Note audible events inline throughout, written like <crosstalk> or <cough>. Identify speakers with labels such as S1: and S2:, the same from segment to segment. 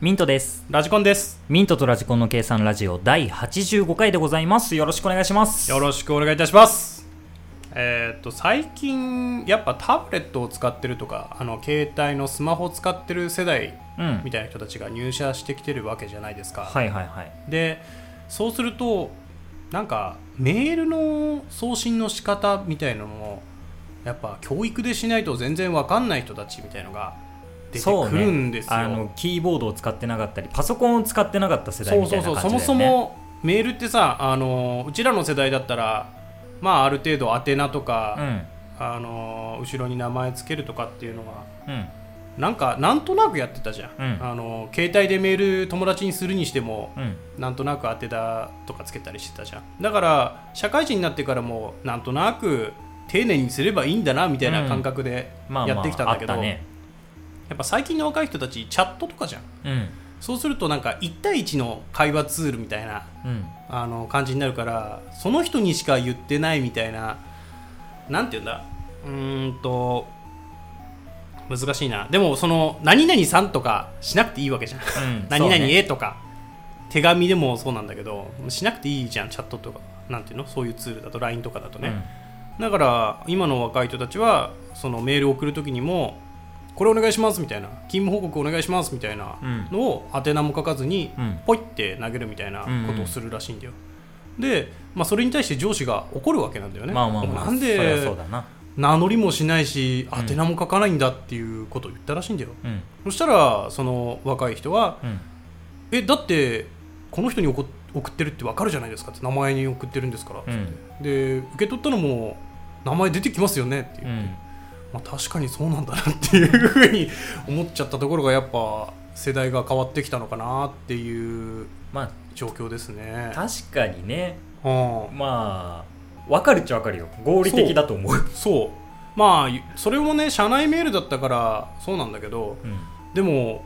S1: ミントです。
S2: ラジコンです。
S1: ミントとラジコンの計算ラジオ第85回でございます。よろしくお願いします。
S2: よろしくお願いいたします。えーっと、最近、やっぱタブレットを使ってるとか、あの、携帯のスマホを使ってる世代
S1: うん。
S2: みたいな人たちが入社してきてるわけじゃないですか。
S1: はいはいはい。
S2: で、そうすると、なんか、メールの送信の仕方みたいなのも、やっぱ教育でしないと全然わかんない人たちみたいのが出て
S1: そう
S2: く
S1: ね
S2: るんですよ。
S1: あのキーボードを使ってなかったりパソコンを使ってなかった世代
S2: そ
S1: み
S2: う
S1: た
S2: そ
S1: いうな
S2: そう、
S1: 感じだ
S2: そ
S1: よね
S2: もそもメールってさあのうちらの世代だったらまあある程度宛名と
S1: う
S2: か、
S1: ん
S2: あの後ろに名前つけるとかっていうのは
S1: うん
S2: なんかなんとなくやってたじゃん、
S1: うん
S2: あの携帯でメール友達にするにしても、
S1: うん
S2: なんとなく宛名とかつけたりしてたじゃんだから社会人になってからもなんとなく丁寧にすればいいんだなみたいな感覚で
S1: まあまあ
S2: やってきたんだけど、
S1: あったね
S2: やっぱ最近の若い人たちチャットとかじゃん
S1: うん
S2: そうするとなんか1対1の会話ツールみたいな <laughs>
S1: うん
S2: あの感じになるからその人にしか言ってないみたいななんて言うんだうーんと難しいなでもその何々さんとかしなくていいわけじゃん、
S1: ん
S2: 何々
S1: そうね
S2: へとか、手紙でもそうなんだけどしなくていいじゃんチャットとかなんていうのそういうツールだと LINE とかだとね、だから今の若い人たちはそのメールを送る時にもこれお願いしますみたいな勤務報告お願いしますみたいな
S1: うん
S2: のを宛名も書かずに
S1: うん
S2: ポイって投げるみたいなことをするらしいんだよ、で、まあ、それに対して上司が怒るわけなんだよ
S1: う
S2: ね、
S1: んまあまあまあ
S2: なん
S1: そりゃ
S2: で
S1: そうだな
S2: 名乗りもしないし
S1: うん
S2: 宛名も書かないんだっていうことを言ったらしいんだよ、
S1: うん
S2: そしたらその若い人は
S1: うん
S2: えだってこの人に送送ってるって分かるじゃないですかって名前に送ってるんですから、
S1: うん
S2: で受け取ったのも名前出てきますよねっていう
S1: う、ん
S2: まあ、確かにそうなんだなっていうふうに思っちゃったところがやっぱ世代が変わってきたのかなっていう
S1: ま
S2: 状況ですね
S1: あ。確かにね
S2: うん
S1: まあわかるっちゃわかるよ合理的だと思う
S2: そうまあそれもね社内メールだったからそうなんだけど
S1: うん
S2: でも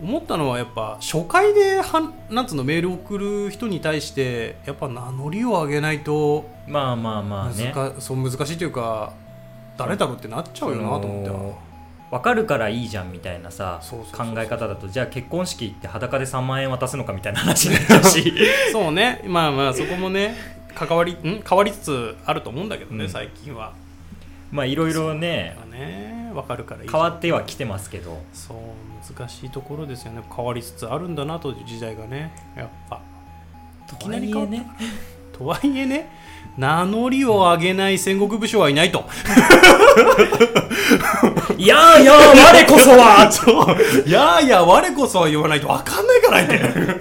S2: 思ったのはやっぱ初回ではなんつうのメールを送る人に対してやっぱ名乗りを上げないと
S1: まあまあまあ
S2: 難,、
S1: ね
S2: そう難しいというか誰だろうってなっちゃうよなと思って
S1: そのわかるからいいじゃんみたいなさ
S2: そうそうそう
S1: 考
S2: そう
S1: え方だとじゃあ結婚式行って裸で3万円渡すのかみたいな話になっちゃうし
S2: <laughs> そうねまあまあそこもね関わりん変わりつつあると思うんだけどね、
S1: うん
S2: 最近は
S1: まあいろいろね
S2: まあねわかるからいい
S1: 変わってはきてますけど
S2: そう難しいところですよね変わりつつあるんだなという時代がねやっぱ
S1: と
S2: きなり
S1: はい
S2: 変わ
S1: え
S2: った
S1: ね
S2: とはいえね名乗りを上げない戦国武将はいないと <laughs>
S1: いやーいやー我こそは
S2: いやいや我こそは言わないと分かんないからね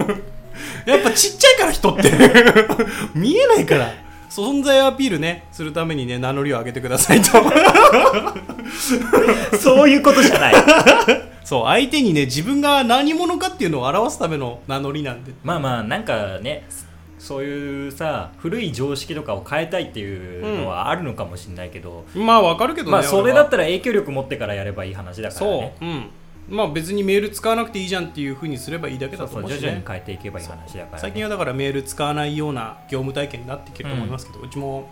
S2: <laughs> やっぱちっちゃいから人って <laughs> 見えないから存在アピールねするためにね名乗りを上げてくださいと <laughs>
S1: そういうことじゃない <laughs>
S2: そう相手にね自分が何者かっていうのを表すための名乗りなんで
S1: まあまあなんかねそういうさ古い常識とかを変えたいっていうのはあるのかもしれないけど、
S2: まあわかるけどね
S1: まあそれだったら
S2: ら
S1: 影響力持ってからやればいい話だから
S2: そ
S1: ね
S2: ううんまあ別にメール使わなくていいじゃんっていうふうにすればいいだけ
S1: そ
S2: だ
S1: う
S2: と
S1: そう
S2: 思うし、ね、
S1: 徐々に変えていけばいい話だから、ね、
S2: 最近はだからメール使わないような業務体験になってきてると思いますけど、うちも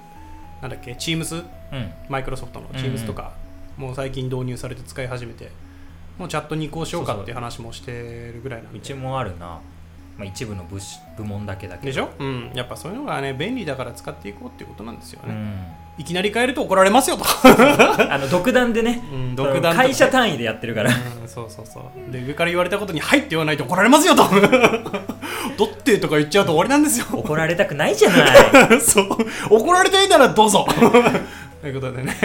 S2: なんだっけ Teams
S1: うん
S2: マイクロソフトの Teams とか、もう最近導入されて使い始めてもうチャットに移行しようかっていう話もしてるぐらいなんで
S1: うちもあるな、まあ、一部の部し部門だけだけど
S2: でしょ、うん、やっぱそういうのがね便利だから使っていこうっていうことなんですよ
S1: う
S2: ね、
S1: ん、
S2: いきなり変えると怒られますよと
S1: あの独断でね、
S2: <laughs> うん <laughs> 独断とか
S1: 会社単位でやってる
S2: <laughs>
S1: から
S2: うんそうそうそうで上から言われたことに「はい」って言わないと怒られますよと <laughs> どってとか言っちゃうと終わりなんですよ <laughs>
S1: 怒られたくないじゃない
S2: そう怒られていたらどうぞ <laughs> ということでね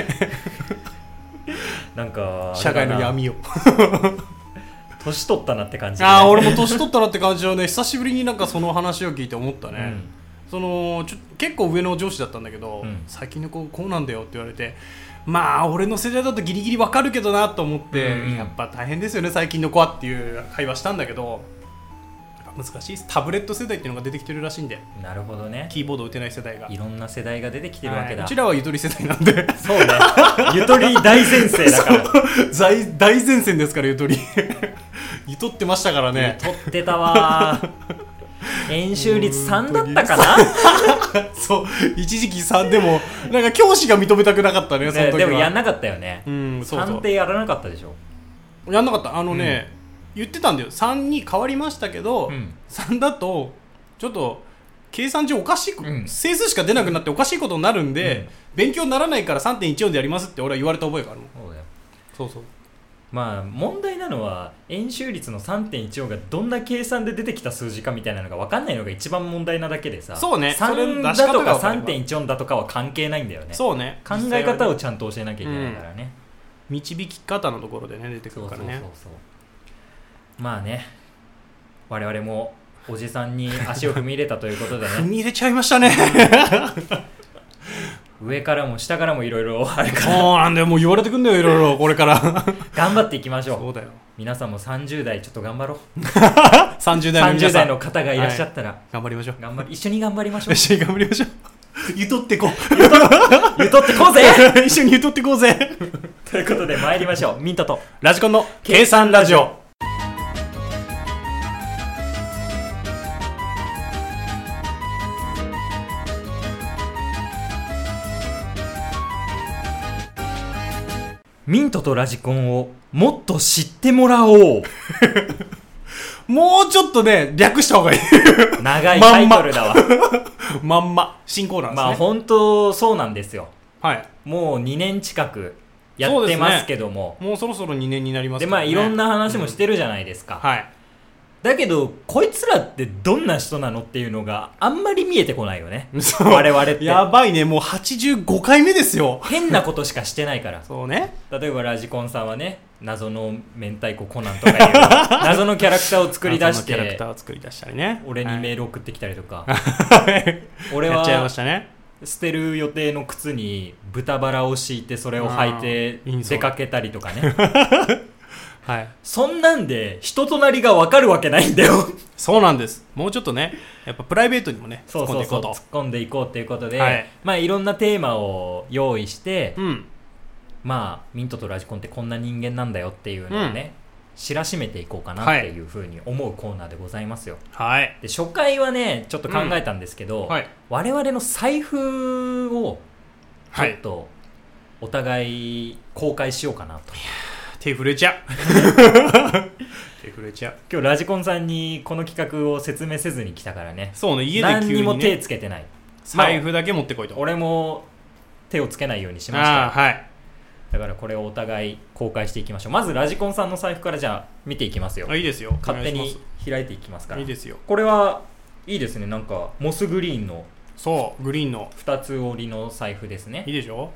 S1: なんか
S2: 社会の闇を
S1: 年取ったなって感じ
S2: ああ俺も年取ったなって感じはね久しぶりになんかその話を聞いて思ったね、
S1: うん
S2: そのちょ結構上の上司だったんだけど、
S1: うん
S2: 最近の子こうなんだよって言われてまあ俺の世代だとギリギリわかるけどなと思って、
S1: うんうん
S2: やっぱ大変ですよね最近の子はっていう会話したんだけどやっぱ難しいですタブレット世代っていうのが出てきてるらしいんで
S1: なるほどね
S2: キーボード打てない世代が
S1: いろんな世代が出てきてるわけだ、
S2: はいうちらはゆとり世代なんで
S1: そうね <laughs> ゆとり大先生だ
S2: <laughs>
S1: から
S2: 在大前線ですからゆとり <laughs> ゆとってましたからね
S1: 取ってたわ
S2: <laughs>
S1: ー演習率3だったかな、
S2: そう一時期さでもなんか教師が認めたくなかったねその時
S1: ね、
S2: は
S1: でもやんなかったよね、
S2: うんそうそ
S1: 3ってやらなかったでしょ
S2: うやんなかったあのね、言ってたんだよ3に変わりましたけど、
S1: うん
S2: 3だとちょっと計算上おかしい、
S1: うん
S2: 整数しか出なくなっておかしいことになるんで、勉強にならないから3.14でやりますって俺は言われた覚えがあるもん
S1: そうだよ
S2: そうそう
S1: まあ問題なのは円周率の3.14がどんな計算で出てきた数字かみたいなのが分かんないのが一番問題なだけでさ
S2: そうねそれの
S1: 3
S2: 出し
S1: だ
S2: 方
S1: と
S2: が
S1: か
S2: 分かれば
S1: 3.14だとかは関係ないんだよね
S2: そうね
S1: 考え方
S2: を
S1: をちゃんと教えなきゃいけないからね、
S2: 導き方のところでね出てく
S1: そ
S2: る
S1: うそ
S2: か
S1: うそう
S2: らね
S1: そうまあね我々もおじさんに足を踏み入れたということで
S2: <laughs> 踏
S1: ね
S2: み入れちゃいましたね
S1: 上からも下からもいろいろあるから
S2: そうなんだよもう言われてくんだよいろいろこれから
S1: <laughs> 頑張っていきましょう
S2: そうだよ
S1: 皆さんも30代ちょっと頑張ろう
S2: 30代の皆
S1: 30
S2: さ
S1: 代
S2: ん
S1: の方がいらっしゃったら、
S2: 頑張りましょう
S1: 頑張り一緒に頑張りましょう
S2: 一緒に頑張りましょうゆとってこう
S1: ゆとってこうぜ
S2: 一緒にゆとってこう <laughs> ぜ
S1: <laughs> ということで参りましょうミントと
S2: ラジコンの計算ラジオ
S1: ミントとラジコンをもっと知ってもらおう
S2: もうちょっとね略した方がいい
S1: 長いタ
S2: まん
S1: イ
S2: ま
S1: トルだわ
S2: まんま新コーナーですね、
S1: まあ本当そうなんですよ
S2: はい、
S1: もう2年近くやってますけども
S2: もうそろそろ2年になり
S1: で,、
S2: ます
S1: まあいろんな話
S2: う
S1: も
S2: ん
S1: してるじゃないですか、
S2: はい
S1: だけどこいつらってどんな人なのっていうのがあんまり見えてこないよね
S2: そう
S1: 我々って
S2: やばいねもう85回目ですよ
S1: 変なことしかしてないから
S2: そうね
S1: 例えばラジコンさんはね謎の明太子コナンとか
S2: <laughs>
S1: いう謎のキャラクターを作り出し
S2: 謎のキャラク
S1: て
S2: ターを作り出したりね
S1: 俺にメー
S2: ル
S1: ル送ってきたりとか、
S2: こ
S1: 俺
S2: れはやっちゃいま
S1: は
S2: したね
S1: 捨てる予定の靴に豚バラを敷いてそれを履い
S2: あーいい
S1: て
S2: ぞ
S1: 出かけたりとかね
S2: はい
S1: そんなんで人となりがわかるわけないんだ
S2: <laughs>
S1: よ
S2: そうなんですもうちょっとねやっぱプライベートにもね
S1: そう
S2: 突っ込
S1: そ
S2: んで
S1: う
S2: いこ
S1: そう
S2: うと
S1: 突っ込んでいこうということで、
S2: はいい、
S1: まあいろんなテーマを用意して、
S2: うん
S1: まあミントとラジコンってこんな人間なんだよっていうのをね、知らしめていこうかなっていうふうに思うコーナーでございますよ
S2: はい
S1: で初回はねちょっと考えたんですけど、
S2: はい
S1: 我々の財布をち
S2: は
S1: ょっ
S2: い
S1: とお互い公開しようかなと、
S2: 手震えちゃう <laughs> 手震えちゃう
S1: 今日ラジコンさんにこの企画を説明せずに来たからね
S2: そうね家で
S1: 何
S2: 急
S1: にも
S2: に、
S1: 手
S2: ね、
S1: つけてない
S2: 財布だけ持ってこいと
S1: 俺も手をつけないようにしました
S2: ああ
S1: よ
S2: はい
S1: だからこれをお互い公開していきましょうまずラジコンさんの財布からじゃあ見ていきますよ
S2: あいいですよ
S1: 勝手
S2: お願いし
S1: に開いていきますから
S2: ますいいですよ
S1: これはいいですねなんかモスグリーンの
S2: そうグリーンの
S1: 2つ折りの財布ですね
S2: いいでしょ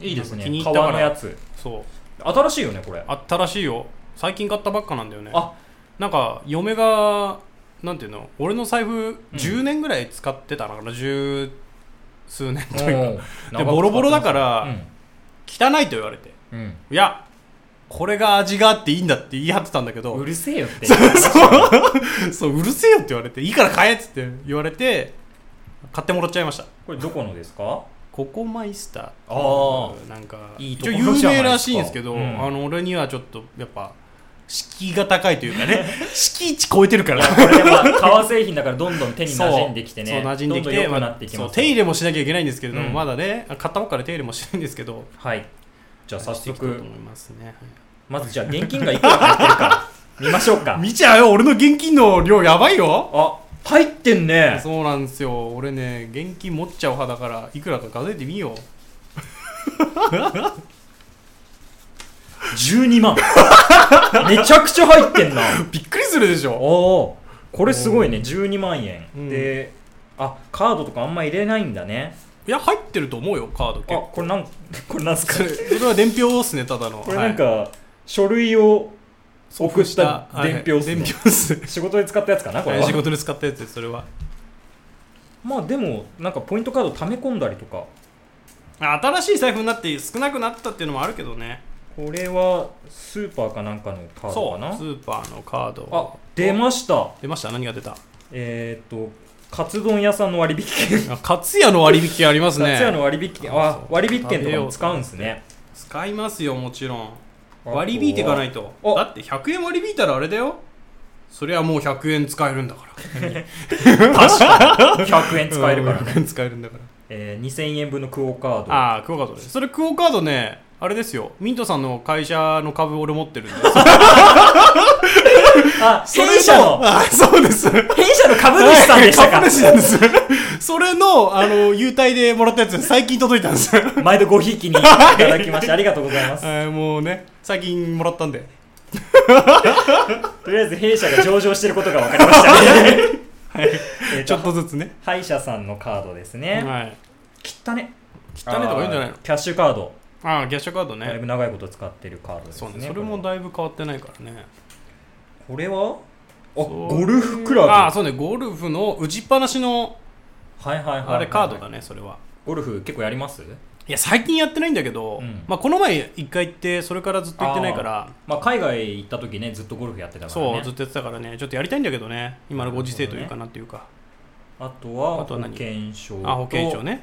S1: いいですね
S2: 気に入ったか
S1: 革のや
S2: ら
S1: つ
S2: そう
S1: 新しいよねこれ
S2: あったらしいよ最近買ったばっかなんだよね
S1: あ
S2: なんか嫁がなんていうの俺の財布10年ぐらい使ってたのかな、十数年というかでボロボロだから汚いと言われて
S1: うん、うん
S2: いやこれが味があっていいんだって言い張ってたんだけ
S1: う
S2: ど
S1: るせえよって
S2: <laughs> そううるせえよって言われていいから買えっつって言われて買ってもらっちゃいました
S1: これどこのですか
S2: ココマイスターっていう
S1: あ
S2: なんか
S1: いいと
S2: 一
S1: こ
S2: 応
S1: ろ
S2: 有
S1: じゃないですか
S2: 名らしいんですけど、
S1: うん
S2: あの俺にはちょっとやっぱ敷居が高いという
S1: <laughs>
S2: かね敷地超えてるから
S1: これでまあ革製品だからどんどん手に馴染んできてね
S2: そう馴染んでき
S1: どんどん
S2: て
S1: 良くなってき
S2: まあ
S1: ま
S2: そう
S1: す
S2: 手入れもしなきゃいけないんですけれども、
S1: うん
S2: まだねあ買ったばっかで手入れもしないんですけど
S1: はいじゃあ早
S2: していきたい
S1: 速
S2: と思いますね
S1: まずじゃあ現金がいくら入ってるか見ましょう
S2: <laughs>
S1: か
S2: 見ちゃうよ俺の現金の量やばいよ
S1: あ入ってんね
S2: そうなんですよ俺ね現金持っちゃう派だからいくらか数えてみよう
S1: 12万
S2: <laughs>
S1: めちゃくちゃ入ってんな
S2: びっくりするでし
S1: ああ
S2: ょ
S1: これすごいね12万円、
S2: うん
S1: であカードとかあんま入れないんだね
S2: いや入ってると思うよカード結
S1: あ
S2: 構
S1: これなんこれなんすか
S2: それ <laughs> それは伝票っすねただの
S1: これなん
S2: は
S1: か書類を
S2: い
S1: 送った伝票っす
S2: はい
S1: ね
S2: 伝票っ <laughs> すね
S1: 仕事で使ったやつかなこれ
S2: はい仕
S1: は
S2: 事で使ったやつですそれは
S1: まあでもなんかポイントカード溜め込んだりとか
S2: あ新しい財布になって少なくなったっていうのもあるけどね
S1: これはスーパーかなんかのカード
S2: そ
S1: か
S2: うス
S1: な
S2: ーパーのカード
S1: あ出ました
S2: 出ました何が出た
S1: えーっとカツ丼屋さんの割引券
S2: あカツヤの割引券あります
S1: カツ
S2: ね
S1: 屋の割引券
S2: そ
S1: あ
S2: う
S1: 割引券とかも使うんですね
S2: 使いますよもちろん
S1: あ
S2: 割り引いていかないと
S1: あ
S2: だって100円割り引いたらあれだよそれはもう100円使えるんだから
S1: 確かに100円使えるからね、
S2: 100円使えるん <laughs> だから
S1: えー、2000円分のクオカード
S2: ああクオカードですそれクオカード <laughs> ねあれですよミントさんの会社の株俺持ってるんで
S1: あ
S2: それ
S1: 弊社の
S2: あそうです
S1: 弊社の株主さんでしたか
S2: 株主なんですそれのあの優待でもらったやつ最近届いたんです
S1: 毎度ごひいきにいただきましてありがとうございます
S2: あーもうね最近もらったんで
S1: とりあえず弊社が上場していることが分かりましたね <laughs> えー
S2: ちょっとずつね
S1: 歯医者さんのカードですね、
S2: はい
S1: 汚ね
S2: 汚ねとかいいんじゃないの
S1: あーキャッシュカード
S2: ああーキャッシュカード
S1: だい
S2: ね
S1: ぶ長いこと使ってるカードです
S2: そう
S1: ね
S2: ねそれもだいぶ変わってないからね
S1: これはあ
S2: そう
S1: ゴルフク
S2: ああ
S1: ラ
S2: そうねゴルフの打ちっぱなしの
S1: ブはいはいはいはい
S2: あれカードだねそれは
S1: ゴルフ結構やります
S2: いや最近やってないんだけど、
S1: うん
S2: まあ、この前一回行ってそれからずっと行ってないから
S1: まあ海外行った時ねずっとゴルフやってたから
S2: そう
S1: ね
S2: ずっとやってたからねちょっとやりたいんだけどね今のご時世というかなっていうか、
S1: あとは
S2: あ
S1: 保
S2: とは何
S1: 険証と
S2: あ保険証ね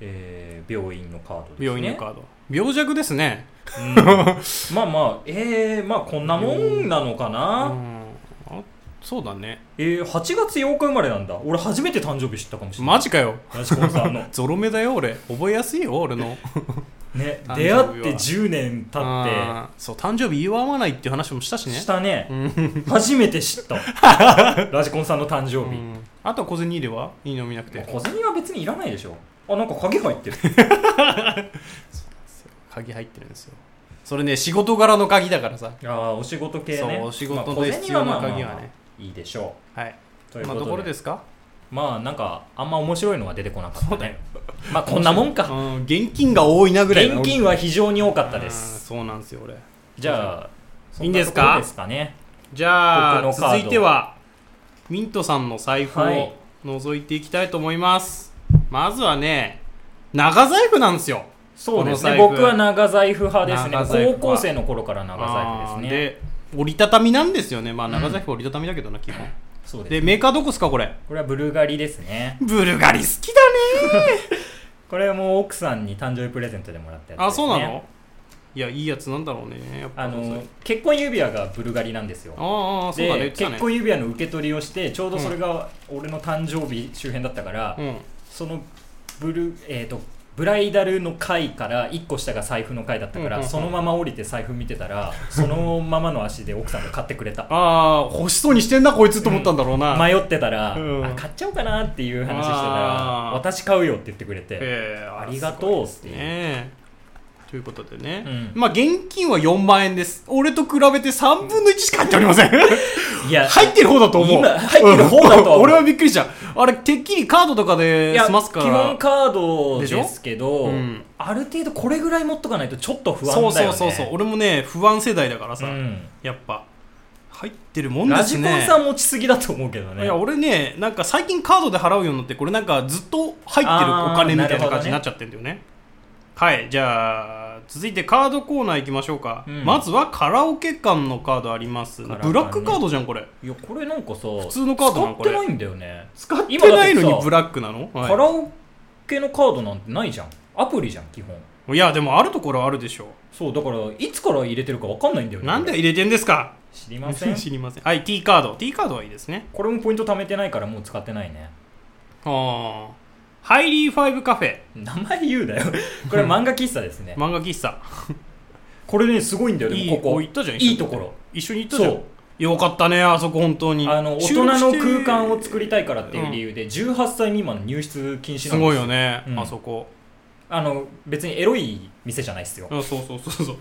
S1: えー病院のカードですね
S2: 病院のカード病弱ですね
S1: うんまあまあえー、まあこんなもんなのか
S2: う
S1: な、
S2: んあそうだね
S1: えー、8月8日生まれなんだ俺初めて誕生日知ったかもしれない
S2: マジかよ
S1: マジコンさんの
S2: ゾロ目だよ俺覚えやすいよ俺の
S1: ね
S2: <laughs> 誕生日
S1: 出会
S2: は
S1: って10年経っ
S2: あーそう誕生日祝わないっていう話もしたしてね
S1: したね初めて
S2: <laughs>
S1: 知ったラジコンさんの誕生
S2: う
S1: 日、
S2: んあとは小銭入れはいいの見なくて
S1: 小銭は別にいらないでしょあなんか鍵入
S2: <laughs>
S1: ってる
S2: 鍵入ってるんですよそれね仕事柄の鍵だからさ
S1: ああお仕事系ね
S2: そうお仕事で
S1: まあ小
S2: 必
S1: 銭
S2: 要
S1: は
S2: な
S1: まあ
S2: 鍵はね
S1: まあまあいいでしょ
S2: はいう
S1: という
S2: ま
S1: こ
S2: あ
S1: とで,、
S2: どころ
S1: まあ、
S2: ですか
S1: なんかあんま面白いのは出てこなかった
S2: <laughs>
S1: ねまあこんなもんか
S2: うん現金が多いなぐらい
S1: 現金は非常に多かったで
S2: あー
S1: す
S2: そうなんですよ俺
S1: じゃあそ
S2: いいんですか
S1: なところですかね
S2: じゃ
S1: 僕
S2: あ
S1: のカード
S2: 続いてはミントさんの財布
S1: はい
S2: を覗いていきたいと思います、まずはね長財布なんですよ
S1: そうですね
S2: この財布
S1: 僕は長財布派です
S2: 長財布
S1: ね
S2: 派
S1: 高校生の頃から長財布ですね
S2: あーで折りたたみなんですよねまあ長財布は折りたたみだけどな基本、
S1: そうです
S2: でメーカーどこっすかこれ
S1: これはブルガリですね
S2: ブルガリ好きだね
S1: これはもう奥さんに誕生日プレゼントでもらったやつです、ね、
S2: あそうなのいやいいやつなんだろうねやっぱ
S1: あ
S2: それ
S1: の結婚指輪がブルガリなんですよ
S2: あーあーそう
S1: で、
S2: だね言ってたね
S1: 結婚指輪の受け取りをしてちょうどそれが俺の誕生日周辺だったから、
S2: うん
S1: そのブル、えー、とブライダルの回から1個下が財布の回だったから、
S2: うんうんうん
S1: そのまま降りて財布見てたらそのままの足で奥さんが買ってくれた
S2: ああ欲しそうにしてんなこいつと思ったんだろうな、
S1: 迷ってたら、
S2: うん
S1: あ買っちゃおうかなっていう話してたら
S2: あー
S1: 私買うよって言ってくれて、
S2: えー
S1: ありがとうっていう、
S2: ねえということでね、
S1: うん
S2: まあ現金は4万円です俺と比べて3分の1しか入っておりません <laughs> 入
S1: いや
S2: ってる方だと思う
S1: 今入ってる方だとは思
S2: うん
S1: う
S2: 俺はびっくりしたあれてっきりカードとか
S1: い
S2: で
S1: や
S2: 済ますから
S1: 基本カードですけど、
S2: でしょうん
S1: ある程度これぐらい持っとかないとちょっと不安だ
S2: そ
S1: よ
S2: う
S1: ね
S2: そうそうそう俺もね不安世代だからさ、
S1: うん
S2: やっぱ入ってるもんで
S1: ラ
S2: す
S1: ジ
S2: ね
S1: コンさん持ちすぎだと思うけど
S2: い
S1: ね
S2: や俺ねなんか最近カードで払うようになってこれなんかずっと入ってるお金みたいな感じになっちゃってるんだよねはいじゃあ続いてカードコーナー行きましょうか、
S1: うん
S2: まずはカラオケ館のカードあります
S1: カラオケ
S2: ブラックカードじゃんこれ
S1: いやこれなんかさ普
S2: 通のカードなの
S1: 使ってないんだよね、
S2: 使ってないの
S1: 今だって
S2: に
S1: さ
S2: ブラックなの、はい
S1: カラオケのカードなんてないじゃんアプリじゃん基本
S2: いやでもあるところあるでしょ
S1: そうだからいつから入れてるか分かんないんだよね
S2: なんで入れてんですか
S1: 知りません
S2: 知りませんはい T カード T カードはいいですね
S1: これもポイント貯めてないからもう使ってないね
S2: ああハイリーファイブカフェ
S1: 名前言うなよこれ漫画喫茶ですね
S2: 漫画喫茶
S1: これねすごいんだよ
S2: い
S1: で
S2: い
S1: もここ
S2: お行ったじゃん
S1: いいところ
S2: 一緒に行ったじゃ
S1: そ
S2: ん
S1: う
S2: よかったねあそこ本当に
S1: あの大人の空間を作りたいからっていう理由で18歳未満入室禁止
S2: す
S1: なんです
S2: ごいよね、
S1: うん
S2: あそこ
S1: あの別にエロい店じゃないっすよ
S2: あそうそうそうそう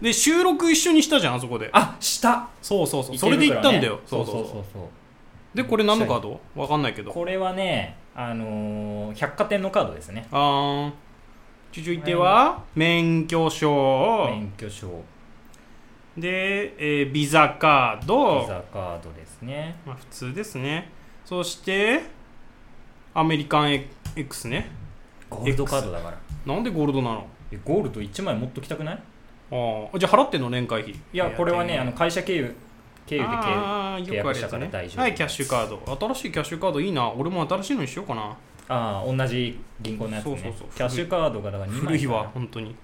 S2: で収録一緒にしたじゃんあそこで
S1: あ下
S2: そうそうそうそれで行ったんだよ、
S1: そうそうそう
S2: う
S1: そう
S2: でこれ何のカードわかんないけど
S1: これはね、あのー百貨店のカードですね
S2: あーん続いては免許証
S1: 免許証
S2: で、えービザカー
S1: ビ
S2: ド
S1: ザカードですね
S2: まあ、普通ですねそしてアメリカン X ね
S1: ゴールドカードだから
S2: なんでゴールドなの
S1: えゴールド1枚持っときたくない
S2: あーじゃあ払ってんの年会費
S1: いやこれはねあ
S2: の
S1: の会社経由経由であ
S2: あー
S1: 契
S2: よ
S1: 約
S2: くある
S1: し
S2: や
S1: た
S2: つ
S1: から
S2: ね
S1: 大丈夫
S2: はいキャッシュカード新しいキャッシュカードいいな俺も新しいのにしようかな
S1: あー同じ銀行のやつね
S2: そうそうそう
S1: キャッシュカードがだから2枚
S2: 古いわ本当に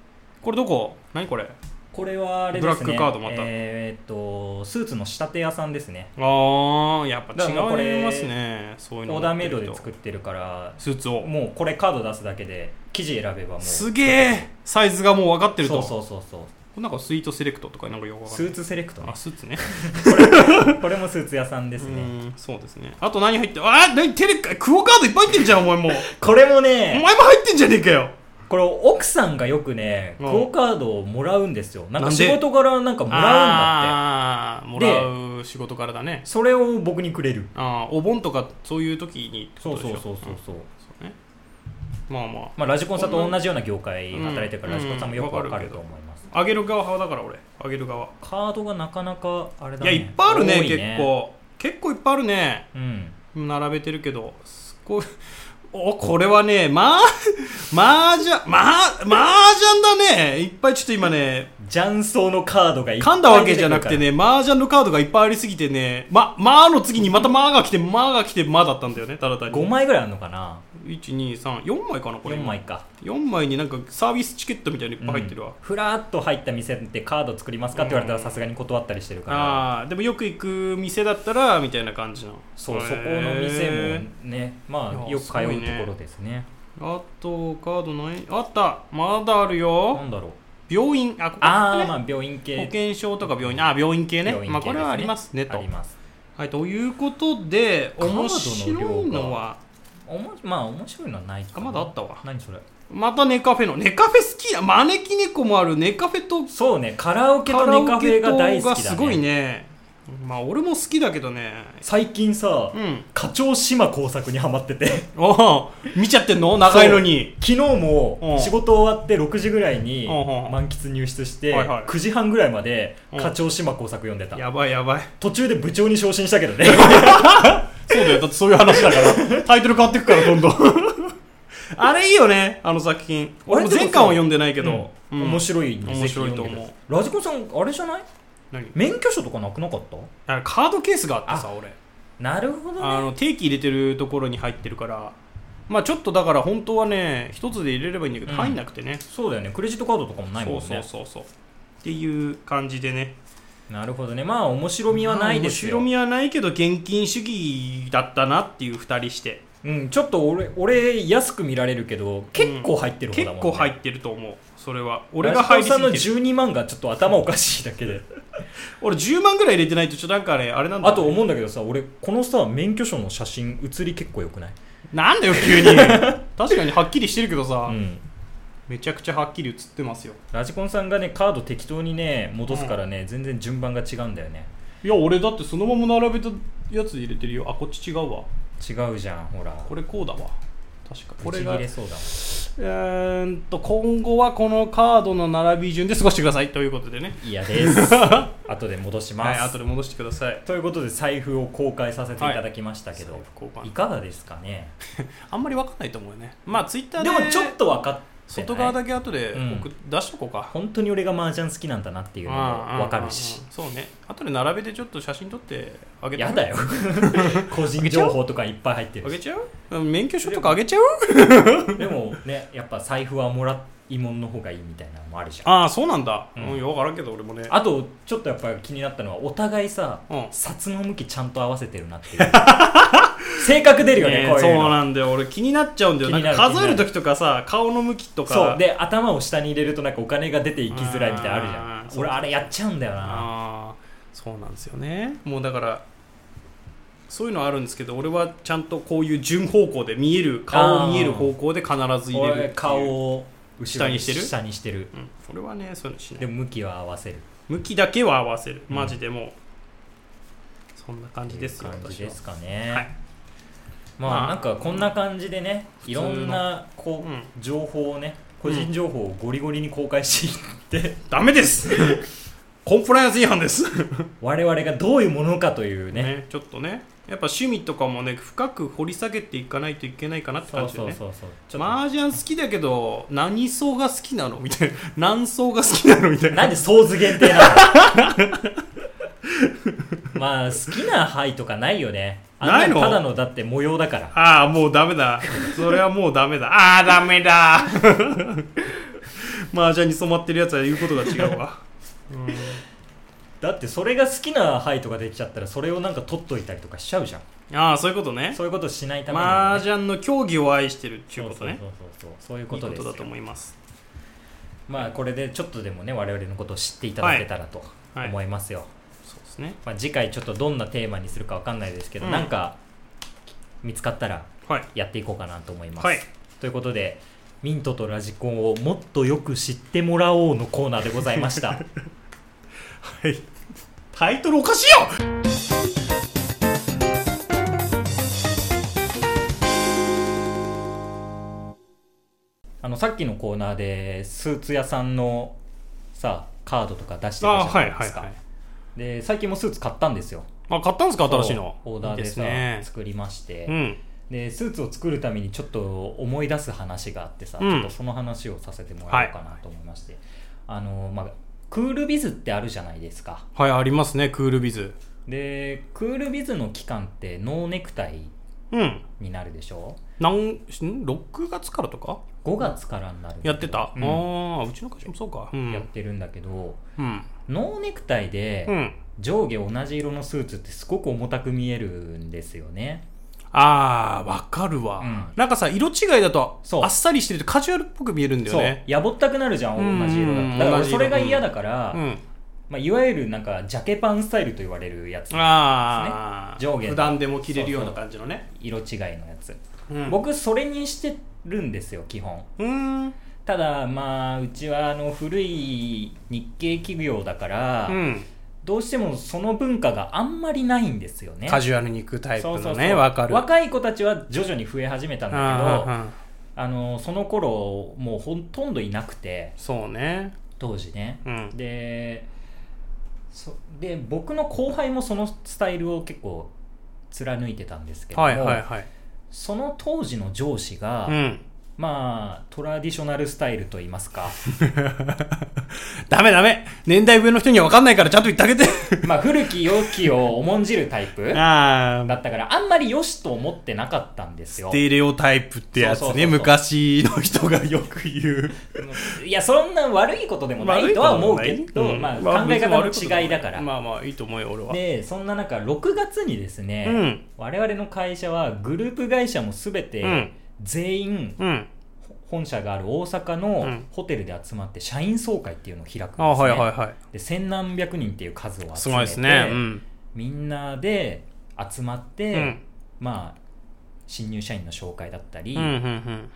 S2: これどこ何これあ
S1: これはあれですね
S2: ブラックカードまた
S1: えーっとスーツの仕立て屋さんですね
S2: ーやっぱ
S1: だからもうこ
S2: 違
S1: れ
S2: いますねそう
S1: オ
S2: いうの
S1: ーダーメイドで
S2: る
S1: 作ってるから
S2: とスーツを
S1: もうこれカード出すだけで生地選べばもう
S2: すげえサイズがもう分かってる
S1: そ
S2: と
S1: うそうそうそう
S2: れなんかスイートセレクトとかなんかよくわか
S1: ス
S2: んない
S1: ーツセレクトね
S2: あスーツね
S1: これもスーツ屋さんです
S2: う
S1: ね
S2: んそうですねあと何入ってあ何テレクオカードいっぱい入ってんじゃんお前もう
S1: これも
S2: お
S1: ね
S2: 前も入ってんじゃねえかよ
S1: これ奥さんがよくね
S2: う
S1: ク
S2: ん
S1: オカードをもらうんですよなんか
S2: なんで
S1: 仕事柄なんかもらうんだって
S2: ああも
S1: で
S2: らう仕事からだね
S1: それを僕にくれる
S2: ああお盆とかそういう時にって
S1: そ
S2: こ
S1: う
S2: とで
S1: そ
S2: し
S1: う
S2: ょ
S1: そうそうんそう
S2: そうねまあま
S1: まあラジコンさんと同じような業界働いてるからラジコンさんもよくわかると思います
S2: あ上げる側派だから俺上げる側
S1: カードがなかなかあれだ
S2: い
S1: ね
S2: やいっぱいあるね
S1: 多
S2: 結構結構いっぱいあるね
S1: うん
S2: 並べてるけどすごい <laughs> おこれはねまあマージャンマーマージャンだねいっぱいちょっと今ね
S1: 雀荘のカードがいっぱい
S2: 噛んだわけじゃなくて
S1: 出くる
S2: ね、マージャンのカードがいっぱいありすぎてね、ま、まあの次にまたまあが来て、まあが来て、まあだったんだよね、ただ単
S1: から
S2: に。
S1: 5枚ぐらいあるのかな
S2: 1、2、3、4枚かな、これ。
S1: 4枚。か
S2: 4枚になんかサービスチケットみたいにいっぱい入ってるわ。
S1: うんふらっと入った店でカード作りますかって言われたらさすがに断ったりしてるから
S2: ああ、でもよく行く店だったら、みたいな感じの。
S1: そう
S2: へ
S1: そこの
S2: ー
S1: 店もねま
S2: い
S1: あ
S2: や
S1: よく通うところですね
S2: あと、カードないあったまだある
S1: な
S2: よ。
S1: んだろう
S2: 病院、あ、ここ、ね、
S1: ああまあ病院
S2: 保
S1: 系
S2: 険証とか病院、あ、病院系ね。
S1: 病院系
S2: まあ、これ
S1: です
S2: はありますね、
S1: あ
S2: と
S1: り。ます
S2: はい、ということで、
S1: カードの量が
S2: 面白いのは、
S1: おもまあ面白いのはないか
S2: あ、
S1: な
S2: まだあったわ。
S1: 何それ
S2: またネカフェのネカフェ好きな招き猫もあるネカフェと
S1: そうねカラオケ
S2: カ
S1: と
S2: ラオ
S1: ネカフ
S2: ケ
S1: ェ
S2: と
S1: が大好
S2: が
S1: きだ
S2: す
S1: ね
S2: ごいねまあ俺も好きだけどね
S1: 最近さ
S2: うん
S1: 課長島工作にハマってて
S2: おお見ちゃってんの長いのに
S1: 昨日も
S2: うん
S1: 仕事終わって6時ぐらいに
S2: うんうん
S1: 満喫入室して
S2: はいはい
S1: 9時半ぐらいまで
S2: うん
S1: 課長島工作読んでた
S2: やばいやばい
S1: 途中で部長に昇進したけどね
S2: そうだよだってそういう話だからタイトル変わってくからどんどんあれいいよねあの作品俺も
S1: <laughs> あれでもさ
S2: 前巻は読んでないけど、
S1: うん
S2: うん
S1: 面白いんで
S2: 面白いと
S1: ぜひ読んでく
S2: 思
S1: ださラジコさんあれじゃないう
S2: 何
S1: 免許証とかなくなかった
S2: あカードケースがあってさ俺
S1: なるほど
S2: あの定期入れてるところに入ってるからまあちょっとだから本当はね一つで入れればいいんだけど、
S1: うん
S2: 入んなくてね
S1: そうだよねクレジットカードとかもないもんね
S2: そうそうそうそうっていう感じでね
S1: なるほどねまあ面白みはないですよ
S2: まあ面白みはないけど現金主義だったなっていう2人して
S1: うん、ちょっと俺俺安く見られるけど結構入ってる方
S2: 結
S1: だもん、ね
S2: 構入
S1: って
S2: ってると思うそれは俺が入り
S1: さ
S2: す
S1: んの
S2: ぎてる
S1: 12万がちょっと頭おかしいだけで
S2: 俺10万ぐらい入れてないとちょっとなんかねあれなんだ
S1: あと思うんだけどさ俺このさ免許証の写真写り結構よくない、
S2: なんだよ
S1: <laughs>
S2: 急に確かにはっきりしてるけどさ、
S1: うん、
S2: めちゃくちゃはっきり写ってますよ
S1: ラジコンさんがねカード適当にね戻すからね、全然順番が違うんだよね
S2: いや俺だってそのまま並べたやつ入れてるよあこっち違うわ
S1: 違うじゃんほら
S2: これこうだわ確かこ
S1: ブ
S2: れ
S1: チ
S2: が
S1: 切れそうだもん
S2: うーんと今後はこのカードの並び順で過ごしてくださいと <laughs> いうことでね
S1: 嫌です <laughs> 後で戻しま
S2: はい
S1: す、
S2: 後で戻してください
S1: ということで財布を公開させていただきましたけど、
S2: 交換
S1: い、かがですかね
S2: あんまり分かんないと思うよねまあツイッター
S1: で
S2: で
S1: もちょっと分かってない
S2: 外側だけ後で送っ出しとこうか、
S1: 本当に俺が麻雀好きなんだなっていうのも分かるし
S2: うんうんうんそうね後で並べてちょっと写真撮ってあげて
S1: やだよ <laughs> 個人情報とかいっぱい入って
S2: あ
S1: る
S2: げ
S1: し
S2: ちゃううん免許証とかあげちゃう
S1: でもね <laughs> やっぱ財布はもらいもんの方がいいみたいなのもあるじゃんあ
S2: ああそうなんだ、
S1: う
S2: うんん、よくわからんけど俺もね
S1: とちょっとやっぱ気になったのはお互いさ、
S2: うん
S1: 札の向きちゃんと合わせてるなっていう <laughs> 性格出るよね
S2: ね
S1: こう
S2: そ
S1: いううの
S2: なんだよ俺気になっちゃうんだよ
S1: 気
S2: な
S1: に
S2: ん
S1: なる
S2: か数える時とかさ顔の向きとか
S1: そうで頭を下に入れるとなんかお金が出ていきづらいみたいなのあるじ
S2: あー
S1: ゃん
S2: そう
S1: 俺あれやっちゃうんだよな
S2: ああそうなんですよねもうだからそういうのはあるんですけど俺はちゃんとこういう順方向で見える
S1: あ
S2: 顔
S1: ー
S2: 見える方向で必ず入れるってい
S1: 俺
S2: う
S1: 顔を後ろ
S2: 下にしてる
S1: 下にしてる
S2: うん、俺はねそういうのしない
S1: でも向きは合わせる
S2: 向きだけは合わせる
S1: うん
S2: マジでもう、そんな感じですよ
S1: 感じ
S2: 私
S1: で
S2: は
S1: すかね、
S2: はい
S1: まあ、
S2: まあ
S1: なんかこんな感じでねいろんなこう、
S2: うん
S1: 情報をね個人情報をゴリゴリに公開してい <laughs> って、
S2: ダメです
S1: <laughs>
S2: コンプライアンス違反です
S1: 我々がどういうものかというね
S2: ねちょっとねやっぱ趣味とかもね深く掘り下げていかないといけないかなって
S1: そ
S2: 感
S1: う
S2: じで
S1: そう
S2: ね
S1: そうそうちょっと、
S2: マージャン好きだけど何層が好きなのみたいな <laughs> 何層が好きなのみたいな
S1: なんでソーズ限定なの <laughs> まあ好きな範囲とかないよねあん
S2: ないの
S1: ただのだって模様だから
S2: ああもうダメだそれはもうダメだああダメだ <laughs> マージャンに染まってるやつは言うことが違
S1: <laughs>
S2: うわ
S1: だってそれが好きな範囲とかできちゃったらそれをなんか取っといたりとかしちゃうじゃん
S2: ああそういうことね
S1: そういうことしないためにはね、
S2: マージャンの競技を愛してるっていうことね
S1: そうそうそうそうそういうこと
S2: い
S1: で
S2: い
S1: す
S2: こ
S1: よ
S2: とだと思います
S1: まあこれでちょっとでもね我々のことを知っていただけたらと
S2: はい
S1: 思いますよ、
S2: そうですね
S1: まあ、次回ちょっとどんなテーマにするかわかんないですけど、
S2: うん
S1: なんか見つかったら
S2: はい
S1: やっていこうかなと思います、
S2: はい
S1: ということでミントとラジコンをもっとよく知ってもらおうのコーナーでございました
S2: <laughs> はいタイトルおかしいよ
S1: あのさっきのコーナーでスーツ屋さんのさカードとか出してた
S2: ああ
S1: じゃ
S2: は
S1: ない
S2: い
S1: で
S2: はい
S1: すか、
S2: はい
S1: で最近もスーツ買ったんですよ
S2: あ買ったんですか新しいの
S1: オーダー
S2: いい
S1: で
S2: です
S1: さ
S2: ね
S1: 作りまして、
S2: うん
S1: でスーツを作るためにちょっと思い出す話があってさ、
S2: うん
S1: ちょっとその話をさせてもらおうかなと思いまして、あのまあクールビズってあるじゃないですか
S2: はいありますねクールビズ
S1: でクールビズの期間ってノーネクタイ
S2: うん
S1: になるでしょ
S2: なんん6月からとか
S1: 5月からになる
S2: やってた、
S1: うん
S2: ああうちの会社もそうかうん
S1: やってるんだけど、
S2: うん、
S1: ノーネクタイ
S2: う
S1: で
S2: ん、
S1: 上下同じ色のスーツってすごく重たく見えるんですよね
S2: ああわかるわ、
S1: うん
S2: なんかさ色違いだと
S1: そう
S2: あっさりしてるとカジュアルっぽく見えるんだよ
S1: そう
S2: ね
S1: やぼったくなるじゃん同じ色だ
S2: うん
S1: とだから
S2: 同
S1: 俺
S2: じ色
S1: それが嫌だから、
S2: うん
S1: まあ、いわゆるなんかジャケパンスタイルと言われるやつ
S2: ああ、
S1: ですね上下の
S2: 普段でも着れるような感じのね
S1: 色違いのやつ、
S2: うん
S1: 僕それにしてるんですよ基本
S2: うーん
S1: ただまあうちはあの古い日系企業だから、
S2: うん
S1: どうしてもその文化があんまりないんですよね
S2: カジュアルに行くタイプ
S1: そうそ
S2: の
S1: うそう
S2: ねわかる
S1: 若い子たちは徐々に増え始めたんだけど
S2: うんうんうん
S1: あのその頃もうほとんどいなくて
S2: そうね
S1: 当時ね
S2: うん
S1: でそで僕の後輩もそのスタイルを結構貫いてたんですけども、
S2: はいはいはい
S1: その当時の上司が、
S2: うん
S1: まあトラディショナルスタイルと言いますか <laughs>
S2: ダメダメ年代上の人には分かんないからちゃんと言ってあげて
S1: まあ古き良きを重んじるタイプだ
S2: ああ
S1: ったからあんまり良しと思ってなかったんですよ
S2: ステレオタイプってやつ
S1: そうそうそう
S2: ね
S1: そう
S2: 昔の人がよく
S1: <laughs>
S2: 言う
S1: いやそんな悪いことでもないとは思うけど、
S2: うん
S1: まあ、
S2: まあ
S1: 考え方の違いだから、
S2: まあまあいいと思うよ俺は
S1: でそんな中6月にですね、
S2: うん
S1: 我々の会社はグループ会社も全
S2: う
S1: て
S2: ん
S1: 全員、
S2: うん
S1: 本社がある大阪
S2: う
S1: の
S2: ん
S1: ホテルで集まって社員総会っていうのを開くんです、ね
S2: あはいはいは
S1: で千何百人っていう数を集め
S2: い
S1: て
S2: すごいですねうん
S1: みんなで集まって、
S2: うん
S1: まあ新入社員の紹介だったり
S2: うんうんうん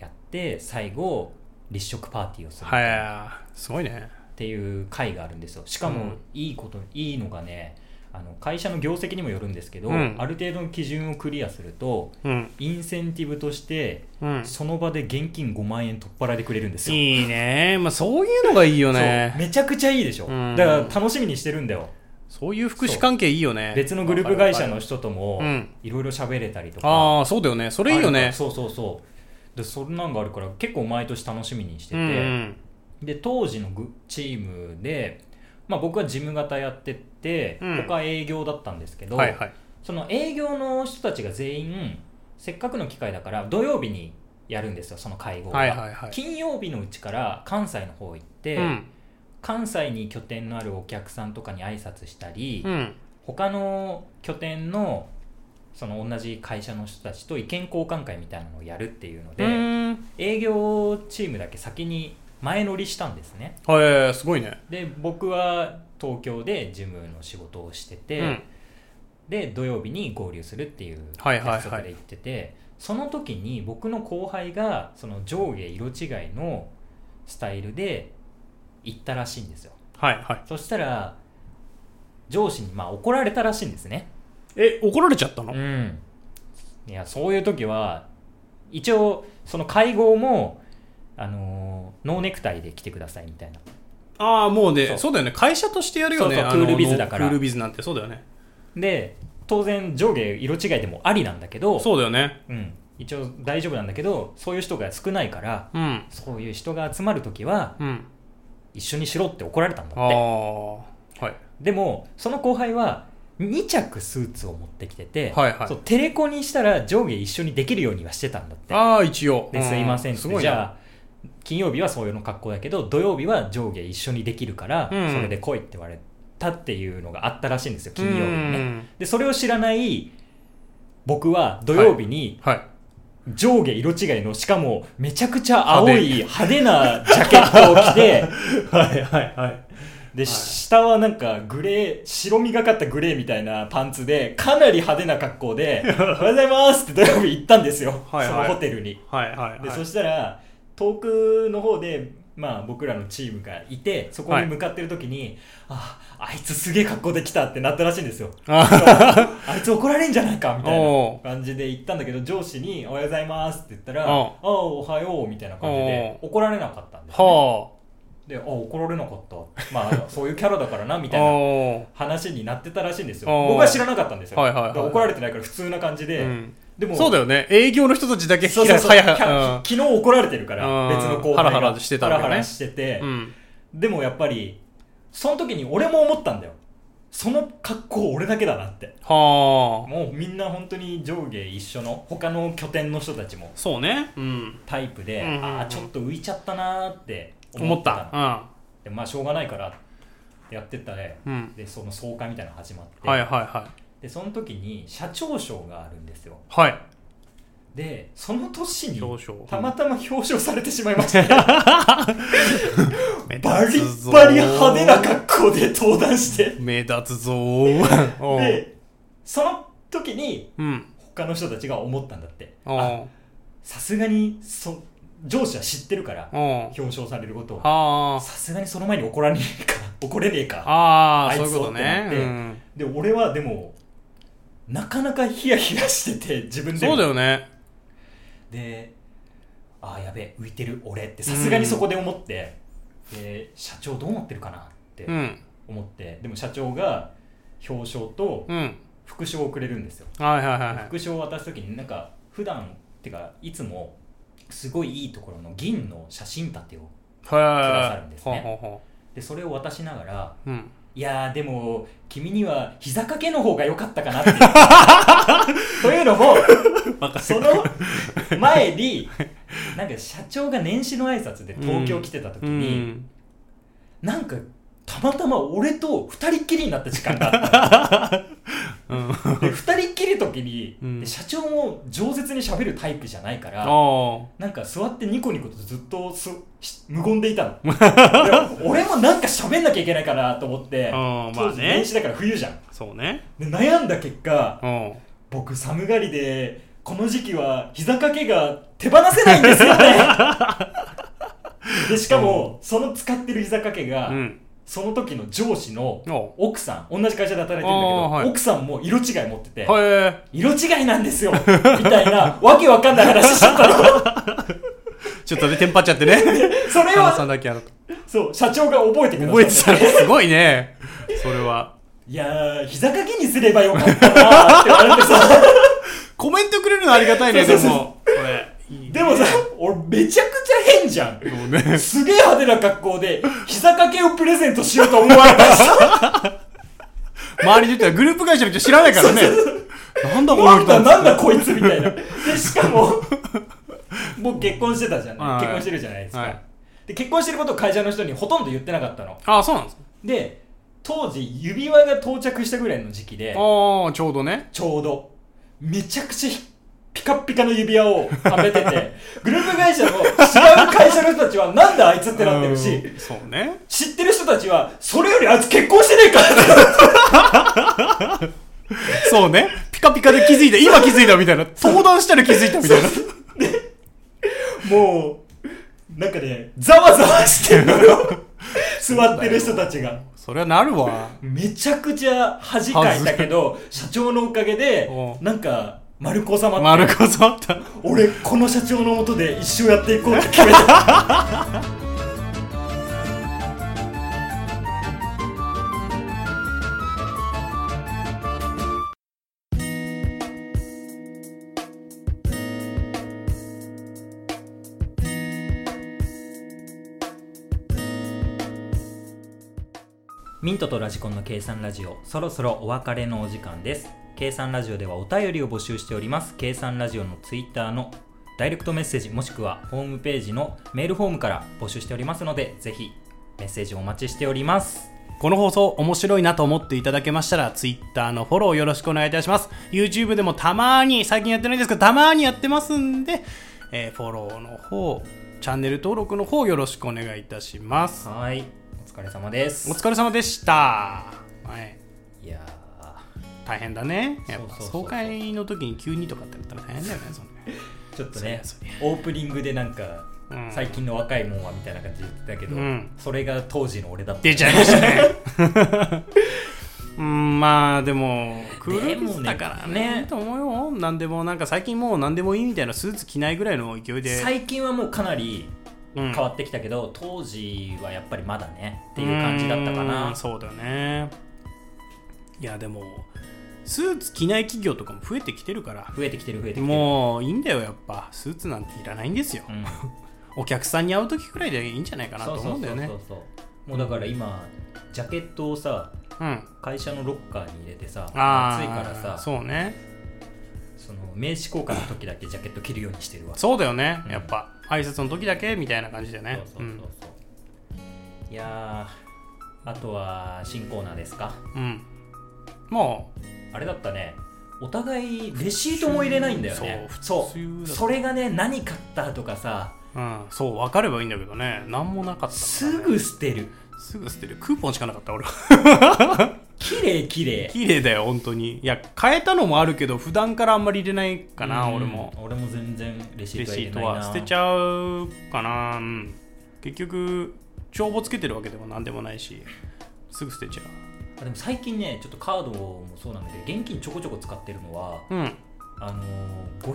S1: やって、最後立食パーティーをする
S2: は
S1: っ
S2: いすごいね
S1: ていう会があるんですよしか
S2: う
S1: も
S2: ん
S1: いいこと、いいのがねあの会社の業績にもよるんですけど、
S2: うん
S1: ある程度の基準をクリアすると
S2: うん
S1: インセンティブとして
S2: うん
S1: その場で現金5万円取っ払いでくれるんですよ
S2: いいねまあそういうのがいいよ
S1: そう
S2: ね
S1: めちゃくちゃいいでしょ
S2: うん
S1: だから楽しみにしてるんだよ
S2: そういう福祉関係いいよね
S1: 別のグループ会社の人とも
S2: うん
S1: いろいろ喋れたりとか
S2: ああそうだよねそれいいよ
S1: あるから
S2: ね
S1: そうそうそうでそんなんがあるから結構毎年楽しみにしてて、
S2: うんうん
S1: で当時のグチームで、まあ、僕は事務方やってて、
S2: うん
S1: 他営業だったんですけど、
S2: はいはい
S1: その営業の人たちが全員せっかくの機会だから土曜日にやるんですよその会合が、
S2: はいはいはい
S1: 金曜日のうちから関西の方行って、
S2: うん
S1: 関西に拠点のあるお客さんとかに挨拶したり、
S2: うん
S1: 他の拠点のその同じ会社の人たちと意見交換会みたいなのをやるっていうので、
S2: うん
S1: 営業チームだけ先に前乗りしたんですね
S2: はいすごいね
S1: で僕は東京で事務の仕事をしてて、
S2: うん
S1: で土曜日に合流するっていう
S2: はいはいはい
S1: 約束で行ってて、その時に僕の後輩がその上下色違いのスタイルで行ったらしいんですよ
S2: はいはい
S1: そしたら上司にまあ怒られたらしいんですね
S2: え怒られちゃったの
S1: うんいやそういう時は一応その会合もあのーノーネクタイで来てくださいみたいな
S2: ああもうね
S1: そ
S2: そううだよね会社としてやるよね
S1: そうそう
S2: あの
S1: クールビズだから
S2: クールビズなんてそうだよね
S1: で当然上下色違いでもありなんだけど
S2: そうだよね
S1: うん、一応大丈夫なんだけどそういう人が少ないから
S2: うん
S1: そういう人が集まる時は
S2: うん
S1: 一緒にしろって怒られたんだ
S2: ああ
S1: って
S2: はい
S1: でもその後輩は2着スーツを持ってきてて、
S2: はいはい
S1: そうテレコにしたら上下一緒にできるようにはしてたんだって
S2: ああ一応
S1: ですいませんっ
S2: す
S1: て、
S2: ごいな
S1: じゃあ金曜日はそういうの格好だけど土曜日は上下一緒にできるから、
S2: うん
S1: それで来いって言われたっていうのがあったらしいんですよ
S2: うん
S1: 金曜日にねでそれを知らない僕は土曜日に
S2: はい
S1: 上下色違いのしかもめちゃくちゃ青い派手なジャケットを着て
S2: <laughs> はいはいはい
S1: で、
S2: い
S1: 下はなんかグレー白みがかったグレーみたいなパンツでかなり派手な格好
S2: <laughs>
S1: で「おはようございます」って土曜日行ったんですよ、
S2: はいはい
S1: そのホテルに。
S2: はいはい
S1: で
S2: はい
S1: そしたら遠くの方で、まあ、僕らのチームがいてそこに向かってる時に、あああいつすげえ格好で来たってなったらしいん
S2: <laughs>
S1: ですよあいつ怒られんじゃないかみたい
S2: お
S1: な
S2: う
S1: 感じで言ったんだけど上司に「おはようございます」って言ったら「あ
S2: おう
S1: あおはよう」みたいな感じで
S2: お
S1: 怒られなかったんです、ね、
S2: は
S1: であ怒られなかったまあそういうキャラだからなみ
S2: あ
S1: たいな
S2: お
S1: 話になってたらしいんですよ
S2: おう
S1: 僕は知らなかったんですよ、
S2: はいはいはい
S1: だから怒られてないから普通な感じで、
S2: うん
S1: でも
S2: そうだよね営業の人たちだけ
S1: そうそうそう
S2: 早
S1: きゃ
S2: は
S1: 昨日怒られてるから
S2: うん
S1: 別の後輩が
S2: ハラハラしてたわ
S1: ハ
S2: け
S1: ラ
S2: ね
S1: ハラしてて、
S2: うんうん
S1: でもやっぱりその時に俺も思ったんだよその格好俺だけだなって
S2: はあ
S1: もうみんな本当に上下一緒の他の拠点の人たちも
S2: そうねうん
S1: タイプで、
S2: うんうんうん
S1: ああちょっと浮いちゃったなーって
S2: 思っ
S1: の
S2: た
S1: でまあしょうがないからやってったね
S2: うんうん
S1: でその総会みたいなの始まって、
S2: はいはいは
S1: でその時に社長賞があるんですよ
S2: いはい
S1: でその年に
S2: 表彰
S1: たまたま表彰されてしまいました
S2: 目
S1: バリ
S2: 立つ
S1: ッ
S2: ぞ
S1: バリ派手な格好で登壇して
S2: 目立つぞーお
S1: <laughs>
S2: う
S1: でその時に
S2: うん
S1: 他の人たちが思ったんだって
S2: お
S1: あ
S2: う
S1: さすがにそ上司は知ってるから
S2: おう
S1: 表彰されることを
S2: はあ
S1: さすがにその前に怒られねえか <laughs> 怒れねえか
S2: あ
S1: あ
S2: あ
S1: い
S2: そ
S1: つ
S2: ういうこと
S1: をってなって
S2: ね
S1: で俺はでもなかなかヒヤヒヤしてて自
S2: う
S1: 分
S2: ん
S1: で
S2: そ
S1: も
S2: うだよね
S1: でああやべえ浮いてる俺ってさすがにそこで思って、で社長どうなってるかなって
S2: うん
S1: 思って、でも社長が表彰と
S2: うん
S1: 副賞をくれるんですよ
S2: はいはいはいはい
S1: 副賞を渡す時になんか普段ってかいつもすごいいいところの銀の写真立てを
S2: はいはい
S1: だ
S2: は
S1: さ
S2: い
S1: るんです
S2: ほう
S1: ね
S2: ほうほ
S1: でそれを渡しながら
S2: ううん
S1: いやーでも君には膝掛けの方が良かったかなっ
S2: <laughs>
S1: ていうというのもその前になんか社長が年始の挨拶で東京来てた時
S2: う
S1: に、
S2: ん
S1: なんかたまたま俺と二人っきりになった時間があった
S2: <laughs> うん
S1: で二人っきりの時に、
S2: うん
S1: で社長も饒舌に喋るタイプじゃないから
S2: あ
S1: なんか座ってニコニコとずっとすし無言でいたの
S2: <laughs>
S1: いや俺もなんか喋んなきゃいけないかなと思って
S2: あま
S1: 当
S2: あ
S1: 時
S2: ね
S1: 年始だから冬じゃん
S2: そうね
S1: で悩んだ結果
S2: うん
S1: 僕寒がりでこの時期は膝掛けが手放せないんですよ
S2: <laughs>
S1: ねでしかもその使ってる膝掛けが、
S2: うん
S1: その時の上司の
S2: お
S1: 奥さん同じ会社で働いてるんだけど、
S2: あーはい
S1: 奥さんも色違い持ってて、
S2: へえ
S1: 色違いなんです
S2: <laughs>
S1: よみたいなわけわかんない話しちゃったの
S2: ちょっとねテンパっちゃ
S1: <laughs>
S2: ってね
S1: それ
S2: 話さ
S1: を
S2: なきゃなと
S1: そう社長が覚えてくだ
S2: 覚えて
S1: さ
S2: た
S1: っ
S2: のすごいねそれはい
S1: やー膝掛けにすればよかったなーって言われてさ
S2: <laughs> コメントくれるのありがたいね
S1: そ
S2: で
S1: うそうそう
S2: もこれいい
S1: でもさ俺めちゃくちゃ変じゃん
S2: そうね
S1: すげえ派手な格好で膝掛けをプレゼントしようと思われたし
S2: 周りで言ったらグループ会社の人知らないからねなん <laughs> だこの
S1: なん
S2: 人
S1: だなんだこいつみたいなでしかも僕結婚してたじゃ
S2: は
S1: ない
S2: い
S1: 結婚してるじゃないですか、
S2: はい
S1: で結婚してることを会社の人にほとんど言ってなかったの
S2: ああそうなんですね
S1: で当時指輪が到着したぐらいの時期で
S2: ああちょうどね
S1: ちょうどめちゃくちゃひピカピカの指輪をはめて
S2: <laughs>
S1: てグループ会社の違う会社の人たちはなんだあいつってなってるし
S2: うんそうね
S1: 知ってる人たちはそれよりあいつ結婚してねえからって
S2: そうねピカピカで気づいた今気づいたみたいな登壇したら気づいたみたいな
S1: もう、なんかね、ざわざわしてるの <laughs> よ。座ってる人たちが。
S2: そりゃなるわ
S1: めちゃくちゃ恥かいたけど、社長のおかげで
S2: お、う
S1: なんか、丸子様って、
S2: 丸子さんあった
S1: 俺、この社長のもとで一生やっていこうって決め <laughs> た。ミントとラジコンの計算ラジオ、そろそろお別れのお時間です。計算ラジオではお便りを募集しております。計算ラジオのツイッターのダイレクトメッセージもしくはホームページのメールフォームから募集しておりますので、ぜひメッセージをお待ちしております。
S2: この放送面白いなと思っていただけましたら Twitter のフォローよろしくお願いいたします YouTube でもたまに最近やってないですけどたまにやってますんで、えーフォローの方チャンネル登録の方よろしくお願いいたします
S1: はいお疲れ様です
S2: お疲れ様でした、はい、
S1: いや
S2: 大変だねやっ
S1: そうそ
S2: ぱ
S1: うそうそう
S2: 総会の時に急にとかってなったら大変だよねそれ
S1: ーちょっとね
S2: そりゃ
S1: オープニングでなんか、
S2: うん
S1: 最近の若いもんはみたいな感じで言ってたけど、
S2: うん
S1: それが当時の俺だった
S2: 出ちゃいましたね
S1: <laughs>
S2: うんまあでもクールビズだから
S1: でも
S2: ね
S1: ね
S2: いいと思うよなんでもなんか最近もうなんでもいいみたいなスーツ着ないぐらいの勢いで
S1: 最近はもうかなり
S2: 変
S1: 変わってきたけど、当時はやっぱりまだねっていう感じだったかな
S2: そうだねいやでもスーツ着ない企業とかも増えてきてるから
S1: 増えてきてる増えてきてる
S2: もういいんだよやっぱスーツなんていらないんですよ、
S1: うん
S2: お客さんに会う時くらいでいいんじゃないかなと思うんだよね
S1: そうそうそうそうもうだから今ジャケットをさ
S2: うん
S1: 会社のロッカーに入れてさ
S2: あ
S1: 暑い
S2: ー
S1: からさ
S2: そうね
S1: その名刺交換の時だけジャケット着るようにしてるわ
S2: そうだよね、
S1: うん
S2: やっぱ挨拶の時だけみたいな感じでね
S1: そうそうそうそういやーあとは新コーナーですか
S2: うん、うんも
S1: あれだったねお互いレシートも入れないんだよね
S2: そう
S1: そう
S2: 普通だった
S1: それがね何買ったとかさ
S2: う、うん、そう分かればいいんだけどね何もなかったからね、
S1: すぐ捨てる
S2: すぐ捨てるクーポンしかなかった俺は <laughs>
S1: 綺麗綺麗
S2: 綺麗だよ本当にいや変えたのもあるけど普段からあんまり入れないかな、
S1: うん
S2: 俺も
S1: 俺も全然レシー
S2: レ
S1: ト
S2: シ
S1: は入れ
S2: ート
S1: ないな
S2: は捨てちゃうかな、うん結局帳簿つけてるわけでも何でもないしすぐ捨てちゃ
S1: あでも最近ねちょっとカードもそうなんだけど現金ちょこちょこ使ってるのは
S2: ううん
S1: あの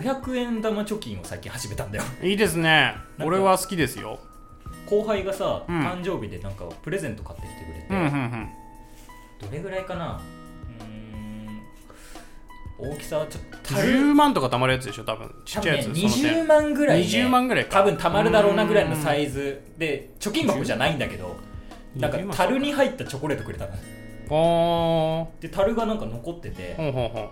S1: ー、500円玉貯金を最近始めたんだよ <laughs>
S2: いいですね
S1: なんか
S2: 俺は好きですよ
S1: 後輩がさ、
S2: うん
S1: 誕生日でなんかプレゼント買ってきてくれて、
S2: うんうんうん
S1: どれぐらいかなうーん大きさはちょっと足る
S2: 10万とか貯まるやつでしょ多分ち
S1: 多
S2: っち
S1: 分
S2: ゃい
S1: ね
S2: やつ、その
S1: 20
S2: 点
S1: 万ぐらい、ね、
S2: 20万ぐらいか
S1: 多分たまるだろうなぐらいのサイズで貯金箱じゃないんだけどなんか
S2: 20万
S1: 樽に入ったチョコレートくれたの
S2: ほ
S1: で樽がなんか残ってて
S2: ーほんほんほん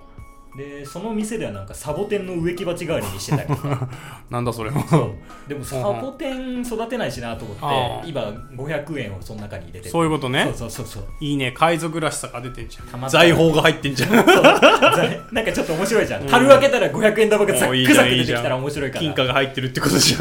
S1: でその店ではなんかサボテンの植木鉢代わりにしてたりとか
S2: なんだそれ <laughs> も
S1: でもサボテン育てないしなと思
S2: あ
S1: っ
S2: あ
S1: て今500円をその中に入れてる
S2: そういうことね
S1: そうそう <laughs> そうそう
S2: いいね海賊らしさが出てんじ
S1: た
S2: ゃ
S1: ま
S2: ん
S1: った
S2: 財宝が入ってん
S1: <laughs>
S2: じゃん
S1: なんかちょっと面白いじゃん、
S2: うん
S1: 樽開けたら500円玉がザ
S2: おい
S1: ッ
S2: いじ
S1: クザ
S2: ゃん
S1: ク
S2: い
S1: 出て
S2: いじゃん
S1: きたら面白いから
S2: 金貨が入ってるってことじゃん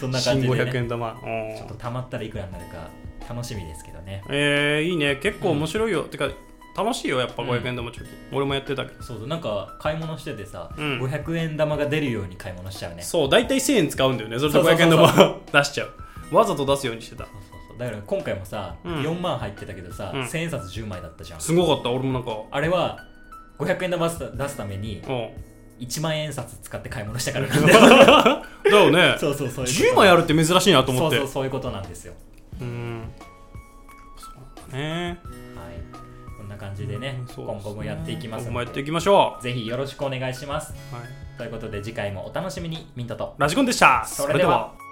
S1: そんな
S2: 新
S1: 感じで、
S2: 500
S1: ね、
S2: 円玉うん
S1: ちょっとたまったらいくらになるか楽しみですけどね
S2: えー、いいね結構面白いよ、てか楽しいよやっぱ
S1: うん
S2: 500円玉貯金、俺もやってたけど
S1: そうそうなんか買い物しててさ、
S2: うん
S1: 500円玉が出るように買い物しちゃうねそう
S2: そう大体1000円使うんだよねそれと
S1: そうそうそう
S2: 500円
S1: そう
S2: 玉 <laughs> 出しちゃうわざと出すようにしてた
S1: そうそうだから今回もさ、
S2: うん
S1: 4万入ってたけどさ、
S2: うん
S1: 1000円札10枚だったじゃん
S2: すごかった俺もなんか
S1: あれは500円玉出す出すために
S2: う
S1: 1万円札使って買い物したからなん
S2: ん
S1: で
S2: だよ
S1: <laughs>
S2: ね
S1: そうそうそう
S2: 10枚あ
S1: る
S2: るって珍しいなと思って
S1: そうそうそういうことなんですよ
S2: うんそうだね
S1: はいこんな感じでね、
S2: うんそうですね
S1: 今後もやっていきます
S2: 今後も
S1: の
S2: やって
S1: で
S2: いきましょ
S1: ぜひよろしくお願いします
S2: う、はい、
S1: ということで次回もお楽しみにミントと
S2: ラジコンでした
S1: それでは